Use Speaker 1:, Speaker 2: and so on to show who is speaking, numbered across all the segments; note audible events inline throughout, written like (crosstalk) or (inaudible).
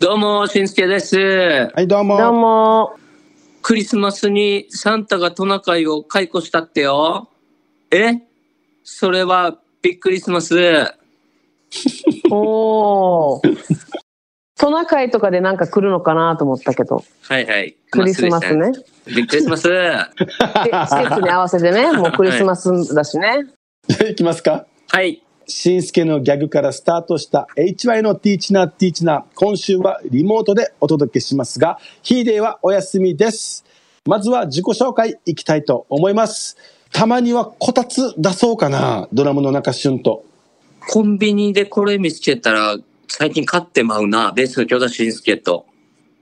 Speaker 1: どうも、しんすけです。
Speaker 2: はい、どうも。
Speaker 3: ど
Speaker 2: (laughs)
Speaker 3: うも。
Speaker 1: クリスマスにサンタがトナカイを解雇したってよ。えそれはびっくりします。
Speaker 3: おお。トナカイとかでなんか来るのかなと思ったけど、
Speaker 1: はいはい。
Speaker 3: クリスマスね。
Speaker 1: びっくりします。は
Speaker 3: で季節に合わせてね、もうクリスマスだしね。
Speaker 2: いきますか。
Speaker 1: い。
Speaker 2: しんすけのギャグからスタートした HY のティーチナーティーチナー。今週はリモートでお届けしますが、ヒーデーはお休みです。まずは自己紹介いきたいと思います。たまにはこたつ出そうかな。ドラムの中旬と。
Speaker 1: コンビニでこれ見つけたら、最近買ってまうな。ベースの京田しんすけと。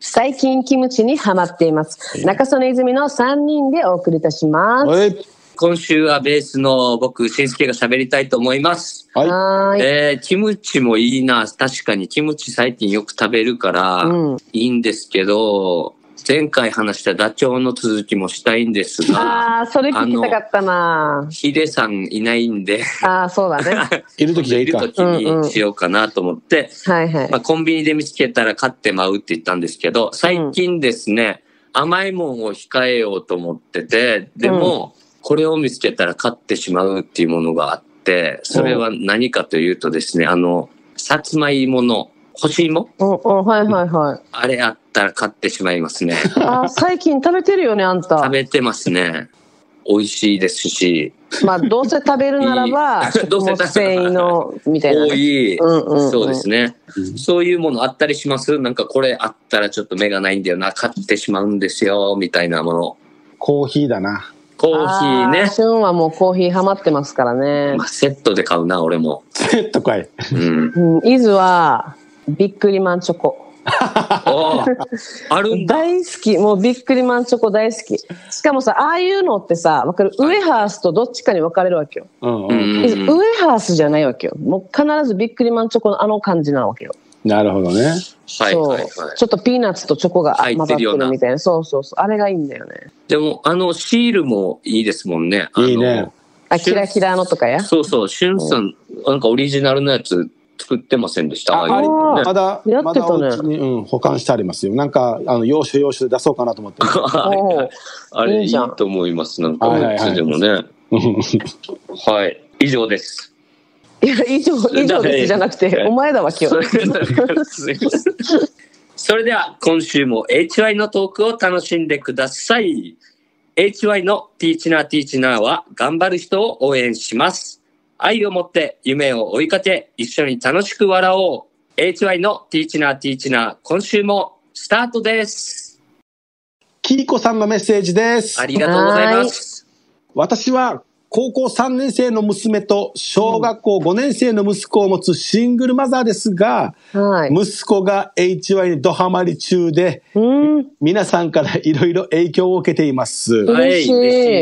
Speaker 3: 最近キムチにハマっています。中曽根泉の3人でお送りいたします。
Speaker 2: はい。
Speaker 1: 今週はベースの僕、しんすけが喋りたいと思います。
Speaker 2: は
Speaker 3: はーい。
Speaker 1: えーキムチもいいな。確かにキムチ最近よく食べるから、
Speaker 3: うん
Speaker 1: いいんですけど、前回話したダチョウの続きもしたいんですが、
Speaker 3: ああ、それ聞きたかったな。
Speaker 1: ヒデさんいないんで、
Speaker 3: ああー、そう
Speaker 1: (laughs)
Speaker 3: だね。
Speaker 2: い。いるときがい
Speaker 1: い
Speaker 2: い
Speaker 1: る
Speaker 2: か。
Speaker 1: 時にしようかなと思って、
Speaker 3: はいはい
Speaker 1: ま。あ、コンビニで見つけたら買ってまうって言ったんですけど、最近ですね、甘いもんを控えようと思ってて、でも、これを見つけたら買ってしまうっていうものがあって、それは何かというとですね、あの、さつまいもの、干し芋
Speaker 3: おおはいはいはい。
Speaker 1: あれあったら買ってしまいますね。
Speaker 3: ああ、最近食べてるよね、あんた
Speaker 1: 食。べてますね。美味しいですし、
Speaker 3: まあ、どうせ食べるならば、
Speaker 1: いい (laughs) ど
Speaker 3: 食
Speaker 1: うせ食べるなら
Speaker 3: 物繊維の、みたいな
Speaker 1: 多
Speaker 3: ね。
Speaker 1: い、
Speaker 3: うんうんうん
Speaker 1: そうですね。
Speaker 2: うん
Speaker 1: そういうものあったりしますなんかこれあったらちょっと目がないんだよな、買ってしまうんですよ、みたいなもの。
Speaker 2: コーヒーだな。 (laughs)
Speaker 1: コーヒー
Speaker 3: あ
Speaker 1: ね。
Speaker 3: 旬はもうコーヒーハマってますからね
Speaker 1: ま。あ、セットで買うな、俺も。
Speaker 2: セットかい。
Speaker 3: (laughs)
Speaker 1: うん。
Speaker 3: うん、伊豆は、ビックリマンチョコ。
Speaker 1: あーあるんだ。
Speaker 3: 大好き。もうビックリマンチョコ大好き。しかもさ、ああいうのってさ、わかるウエハースとどっちかに分かれるわけよ。
Speaker 2: うんう。
Speaker 1: うんん
Speaker 3: 伊豆ウエハースじゃないわけよ。もう必ずビックリマンチョコのあの感じなわけよ。
Speaker 2: なるほどね。
Speaker 1: はいはいはい。
Speaker 3: そう。ちょっとピーナッツとチョコが
Speaker 1: 入
Speaker 3: 混
Speaker 1: って
Speaker 3: ざ
Speaker 1: る
Speaker 3: って
Speaker 1: ような
Speaker 3: るみたいな。そうそうそう。あれがいいんだよね。
Speaker 1: でも、あの、シールもいいですもんね。あの
Speaker 2: いいね。
Speaker 3: あ、キラキラのとかや。
Speaker 1: そうそう、しゅんさん、なんかオリジナルのやつ作ってませんでしたああいうのね
Speaker 2: まだ、
Speaker 3: やってたね
Speaker 2: まだお家に、うん、保管してありますよ。なんか、あの、要所要所で出そうかなと思って。
Speaker 1: はいはいあれ
Speaker 3: い
Speaker 1: い
Speaker 3: い
Speaker 1: い
Speaker 3: じゃん
Speaker 1: と思います。なんか、いつでも (laughs) ね。
Speaker 2: うん
Speaker 1: はい。以上です。
Speaker 3: いや、以上、以上ですじゃなくて、お前だわ、今
Speaker 1: そ
Speaker 3: 日。
Speaker 1: れではすいませんそれでは、今週も HY のトークを楽しんでください。HY のティーチナーティーチナーは頑張る人を応援します。愛を持って夢を追いかけ、一緒に楽しく笑おう。HY のティーチナーティーチナー、今週もスタートです。
Speaker 2: キリコさんのメッセージです
Speaker 1: あ。りがとうございます。
Speaker 2: 私は高校3年生の娘と小学校5年生の息子を持つシングルマザーですが、
Speaker 3: (laughs) はい。
Speaker 2: 息子が HY にドハマり中で、
Speaker 3: うん。
Speaker 2: 皆さんからいろいろ影響を受けています。
Speaker 3: ん
Speaker 1: はい、嬉
Speaker 3: 嬉
Speaker 1: し
Speaker 3: し
Speaker 1: い
Speaker 3: い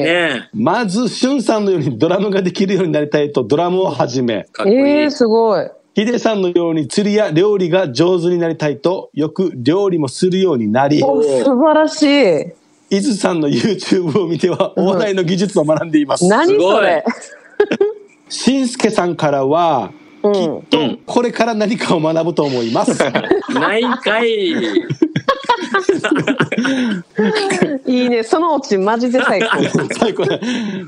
Speaker 1: ね。
Speaker 2: まず、しゅんさんのようにドラムができるようになりたいとドラムを始め、
Speaker 1: かっこいい。
Speaker 3: ええー、すごい。
Speaker 2: ヒデさんのように釣りや料理が上手になりたいと、よく料理もするようになり、
Speaker 3: お素晴らしい。
Speaker 2: 伊豆さんの YouTube を見ては、お笑いの技術を学んでいます。
Speaker 3: 何それ。
Speaker 2: しんすけさんからは、
Speaker 3: うん。
Speaker 1: うん
Speaker 2: これから何かを学ぶと思
Speaker 1: (laughs)
Speaker 2: います。
Speaker 1: ないんかい。
Speaker 3: いいね。そのうちマジで
Speaker 2: (laughs)
Speaker 3: 最高。
Speaker 2: 最高だ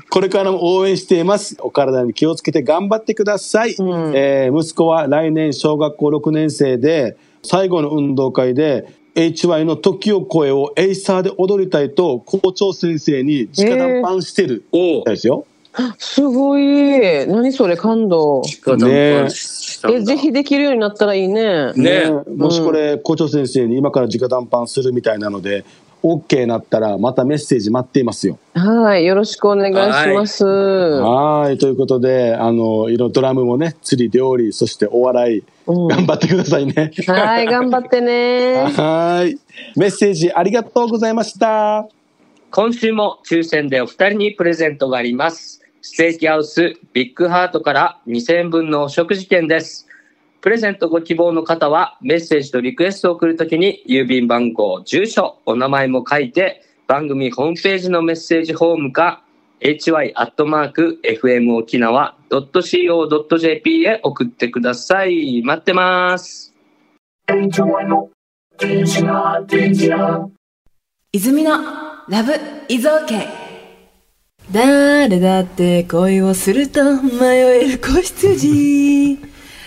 Speaker 2: これからも応援しています。お体に気をつけて頑張ってください。
Speaker 3: うん
Speaker 2: えー息子は来年小学校6年生で、最後の運動会で、HY の時を超えをエイサーで踊りたいと校長先生に直談判してる
Speaker 1: お
Speaker 2: みたいですよ。
Speaker 3: すごい。何それ感動。
Speaker 1: ね
Speaker 3: え、ぜひできるようになったらいい
Speaker 1: ね
Speaker 3: ね。
Speaker 1: え
Speaker 2: ねえもしこれ校長先生に今から直談判するみたいなので、OK なったらまたメッセージ待っていますよ。
Speaker 3: はい。よろしくお願いします。う
Speaker 2: はい、ということで、あの、いろいろドラムもね、釣り、料理、そしてお笑い、
Speaker 3: ん
Speaker 2: 頑張ってくださいね。
Speaker 3: はい。頑張ってね。
Speaker 2: はい。メッセージありがとうございました。
Speaker 1: 今週も抽選でお二人にプレゼントがあります。ステーキハウスビッグハートから2000円分のお食事券です。プレゼントご希望の方はメッセージとリクエストを送るときに郵便番号、住所、お名前も書いて番組ホームページのメッセージフォームか hy.fmokinawa .co.jp へ送ってください。待ってます。
Speaker 4: 泉のラブイズオーケー誰だって恋をすると迷える子 (laughs) 羊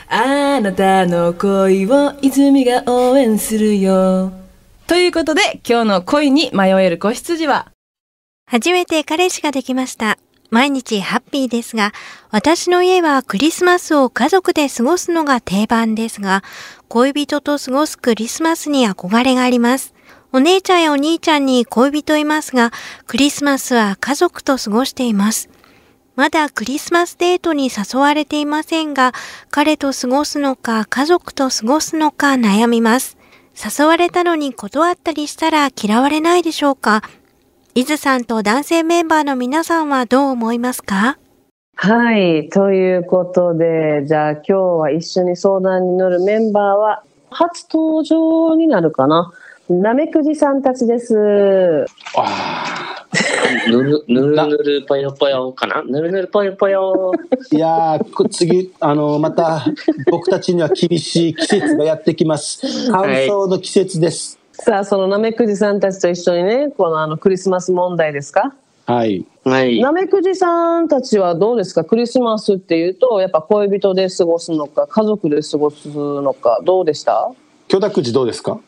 Speaker 4: あなたの恋を泉が応援するよということで今日の恋に迷える子羊は
Speaker 5: 初めて彼氏ができました。毎日ハッピーですが、私の家はクリスマスを家族で過ごすのが定番ですが、恋人と過ごすクリスマスに憧れがあります。お姉ちゃんやお兄ちゃんに恋人いますが、クリスマスは家族と過ごしています。まだクリスマスデートに誘われていませんが、彼と過ごすのか家族と過ごすのか悩みます。誘われたのに断ったりしたら嫌われないでしょうか伊豆さんと男性メンバーの皆さんはどう思いますか
Speaker 3: はい、ということで、じゃあ今日は一緒に相談に乗るメンバーは、初登場になるかな。なめくじさんたちです。
Speaker 2: あ
Speaker 3: (laughs)
Speaker 1: ぬるぬるぬるぽよぽよかなぬるぬるぽよぽ
Speaker 3: (laughs)
Speaker 1: よ。
Speaker 2: ーいやーこ次あのまた僕たちには厳しい季節がやってきます乾
Speaker 1: はい
Speaker 2: 燥の季節です
Speaker 3: さあ、そのなめくじさんたちと一緒にね、このあのクリスマス問題ですか。
Speaker 2: はい
Speaker 1: はい。
Speaker 3: なめくじさんたちはどうですかクリスマスっていうと、やっぱ恋人で過ごすのか、家族で過ごすのか、どうでした
Speaker 2: 許諾時どうですか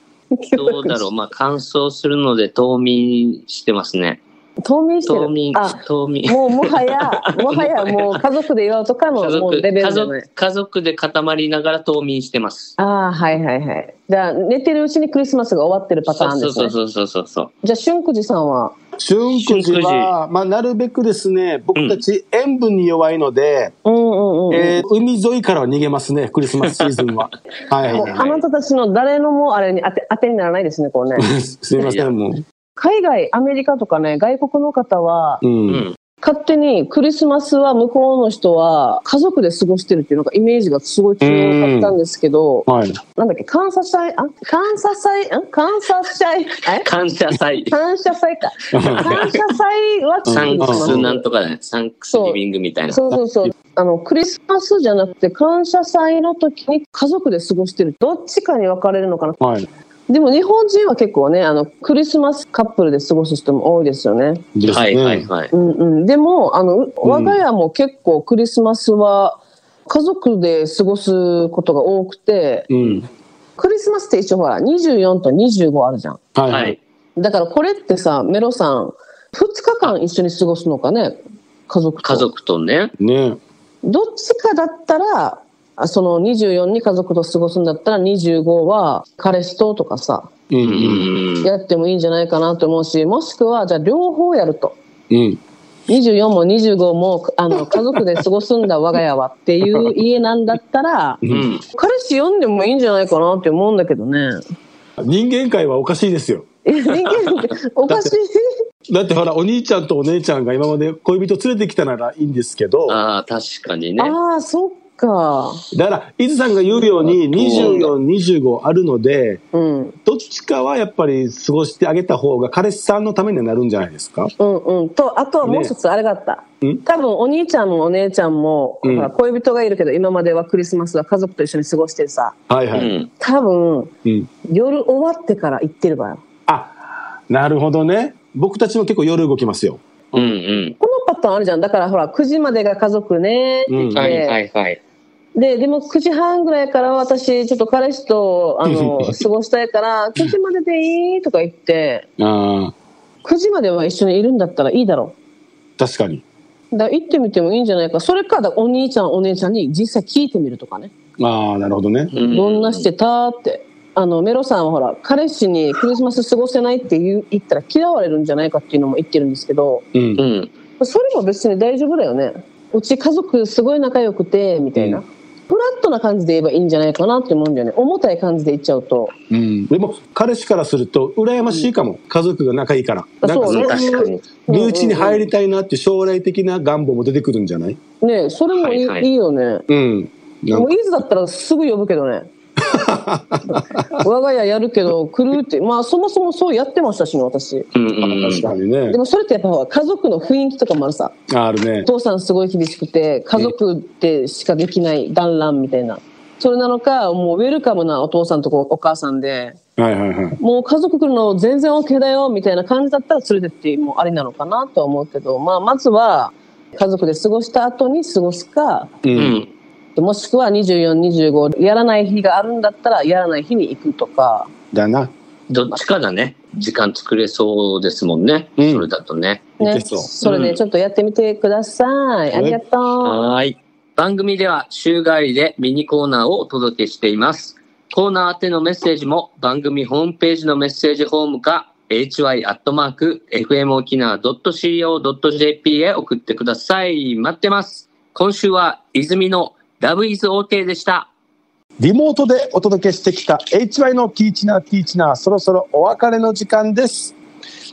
Speaker 1: どうだろう。まあ乾燥するので冬眠してますね。
Speaker 3: 冬眠してる
Speaker 1: 冬眠
Speaker 3: あ、
Speaker 1: 冬眠。
Speaker 3: もうもはや、
Speaker 1: (laughs)
Speaker 3: もはやもう家族で祝うとかの
Speaker 1: 家
Speaker 3: もう
Speaker 1: 族
Speaker 3: レベ
Speaker 1: 家
Speaker 3: ルじゃない
Speaker 1: 族。家族で固まりながら冬眠してます。
Speaker 3: ああ、はいはいはい。じゃあ、寝てるうちにクリスマスが終わってるパターンですね。
Speaker 1: そうそうそうそうそう。
Speaker 3: じゃあ、しゅんくじさんは、
Speaker 2: 春九時
Speaker 1: 春九
Speaker 2: は、まあ、なるべくですね僕たち塩分に弱いので、
Speaker 3: うんうんうんうん。
Speaker 2: えー海沿いからは逃げますねクリスマスシーズンははい
Speaker 3: もうあなたたちの誰のもあれに当て当てにならないですね、これね。
Speaker 2: すいませんもう、
Speaker 3: 海外、アメリカとかね、外国の方は、
Speaker 2: うん
Speaker 1: うん。
Speaker 3: 勝手にクリスマスは向こうの人は家族で過ごしてるっていうのがイメージがすごい強かったんですけど、
Speaker 2: はい
Speaker 3: なんだっけ、感謝祭、あ感謝祭、あ感謝祭、え
Speaker 1: 感謝祭。
Speaker 3: 感謝祭か。感謝祭はクリス
Speaker 1: サンク
Speaker 3: マ
Speaker 1: ス
Speaker 3: ス
Speaker 1: なんとかだね。サンクスリビングみたいな。
Speaker 3: そうそうそう。あの、クリスマスじゃなくて、感謝祭の時に家族で過ごしてる。どっちかに分かれるのかな。
Speaker 2: はい
Speaker 3: でも日本人は結構ね、あの、クリスマスカップルで過ごす人も多いですよね。
Speaker 2: ですね
Speaker 1: はいはいはい。
Speaker 3: うんうん。でも、あの、我が家も結構クリスマスは家族で過ごすことが多くて、
Speaker 2: うん
Speaker 3: クリスマスって一応ほら、24と25あるじゃん。
Speaker 2: はいは
Speaker 1: はいい。
Speaker 3: だからこれってさ、メロさん、2日間一緒に過ごすのかね家族と。
Speaker 1: 家族とね。
Speaker 2: ね
Speaker 3: どっちかだったら、あその24に家族と過ごすんだったら25は彼氏ととかさ、
Speaker 2: うん
Speaker 1: うんうん
Speaker 3: やってもいいんじゃないかなと思うし、もしくはじゃあ両方やると。
Speaker 2: うん
Speaker 3: 24も25もあの家族で過ごすんだ我が家はっていう家なんだったら、
Speaker 1: うん。うん。
Speaker 3: 彼氏呼んでもいいんじゃないかなって思うんだけどね。
Speaker 2: 人間界はおかしいですよ
Speaker 3: いや人間っておかしい。
Speaker 2: だってほらお兄ちゃんとお姉ちゃんが今まで恋人連れてきたならいいんですけど
Speaker 1: ああ、確かにね。
Speaker 3: ああ、そっか。
Speaker 2: だから伊豆さんが言うように2425あるので
Speaker 3: うん。
Speaker 2: どっちかはやっぱり過ごしてあげた方が彼氏さんのためにはなるんじゃないですか
Speaker 3: うんうん、とあとはもう一つあれがあった、
Speaker 2: うん
Speaker 3: 多分お兄ちゃんもお姉ちゃんも、
Speaker 2: うん
Speaker 3: ほら恋人がいるけど今まではクリスマスは家族と一緒に過ごしてさ
Speaker 2: はいは
Speaker 1: う
Speaker 2: い、
Speaker 1: ん。
Speaker 3: 多分
Speaker 2: うん
Speaker 3: 夜終わってから行ってるわよ
Speaker 2: あなるほどね僕たちも結構夜動きますよ
Speaker 1: うんうん。
Speaker 3: このパターンあるじゃんだからほら9時までが家族ね、
Speaker 2: うん
Speaker 3: で
Speaker 1: はいはいはい。
Speaker 3: ででも9時半ぐらいから私ちょっと彼氏とあの過ごしたいから9時まででいいとか言って
Speaker 2: ああ
Speaker 3: 9時までは一緒にいるんだったらいいだろ
Speaker 2: 確かに
Speaker 3: うだから行ってみてもいいんじゃないかそれかだからお兄ちゃんお姉ちゃんに実際聞いてみるとかね
Speaker 2: ああなるほどね
Speaker 1: う
Speaker 3: どんなしてたって。あのメロさんはほら彼氏にクリスマス過ごせないって言う言ったら嫌われるんじゃないかっていうのも言ってるんですけど
Speaker 2: うん
Speaker 1: うん。
Speaker 3: それも別に大丈夫だよねうち家族すごい仲良くてみたいな、
Speaker 2: うん
Speaker 3: フラットな感じで言えばいいんじゃないかなって思うんだよね重たい感じで言っちゃうと
Speaker 2: うん、でも彼氏からすると羨ましいかも、家族が仲いいから
Speaker 3: あ
Speaker 2: なんか
Speaker 3: そうね
Speaker 2: そういう
Speaker 3: うん
Speaker 2: 留置に入りたいなっていう将来的な願望も出てくるんじゃない
Speaker 3: ねえそれもいい,、
Speaker 1: はいはい
Speaker 3: いよね
Speaker 2: うんなん
Speaker 3: も
Speaker 2: か (laughs)
Speaker 3: ういつだったらすぐ呼ぶけどね我が家やるけど狂うってまあそもそもそうやってましたしね私
Speaker 1: うんうんうん
Speaker 3: 私は
Speaker 2: 確かにね
Speaker 3: でもそれってやっぱほら家族の雰囲気とかもあるさ
Speaker 2: あるね
Speaker 3: お。父さんすごい厳しくて家族でしかできない団らんみたいなそれなのかもうウェルカムなお父さんとお母さんで
Speaker 2: はいはいはい。
Speaker 3: もう家族来るの全然 OK だよみたいな感じだったら連れてってもありなのかなとは思うけど、まあ、まずは家族で過ごした後に過ごすか
Speaker 2: うん。
Speaker 1: うん
Speaker 3: もしくは2425やらない日があるんだったらやらない日に行くとか
Speaker 2: だな。
Speaker 1: どっちかだね。時間作れそうですもんね。
Speaker 2: うん
Speaker 1: それだとね。
Speaker 2: い
Speaker 3: ね、
Speaker 2: けそう。
Speaker 3: それでちょっとやってみてください。ありがとう。
Speaker 1: はーい。番組では週替わりでミニコーナーをお届けしています。コーナー宛てのメッセージも番組ホームページのメッセージフォームか hy.fmokina.co.jp へ送ってください。待ってます。今週は泉の Love is OK でした。
Speaker 2: リモートでお届けしてきた HY のティーチナーティーチナー、そろそろお別れの時間です。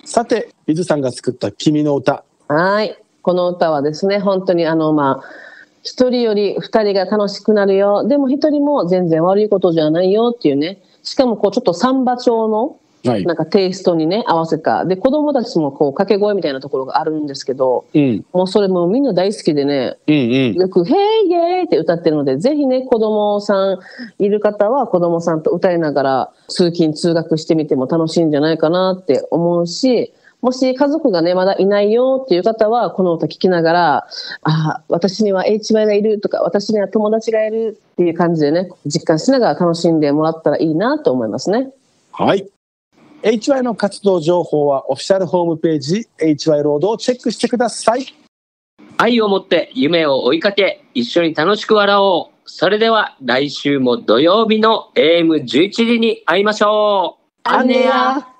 Speaker 2: さて、伊豆さんが作った君の歌。
Speaker 3: はい。この歌はですね、本当にあの、まあ、一人より二人が楽しくなるよ。でも一人も全然悪いことじゃないよっていうね。しかもこうちょっとサンバ調の
Speaker 2: はい
Speaker 3: なんかテイストにね、合わせた。で、子供たちもこう掛け声みたいなところがあるんですけど、
Speaker 2: うん。
Speaker 3: もうそれもうみんな大好きでね、
Speaker 2: うんうん。
Speaker 3: よく「ヘイイエーイ!」って歌ってるのでぜひね子供さんいる方は子供さんと歌いながら通勤通学してみても楽しいんじゃないかなって思うしもし家族がねまだいないよっていう方はこの歌聴きながら「あー私には HY がいる」とか「私には友達がいる」っていう感じでね実感しながら楽しんでもらったらいいなと思いますね。
Speaker 2: はい。HY の活動情報はオフィシャルホームページ HY ロードをチェックしてください。
Speaker 1: 愛を持って夢を追いかけ、一緒に楽しく笑おう。それでは来週も土曜日の AM11 時に会いましょう。
Speaker 3: アンネや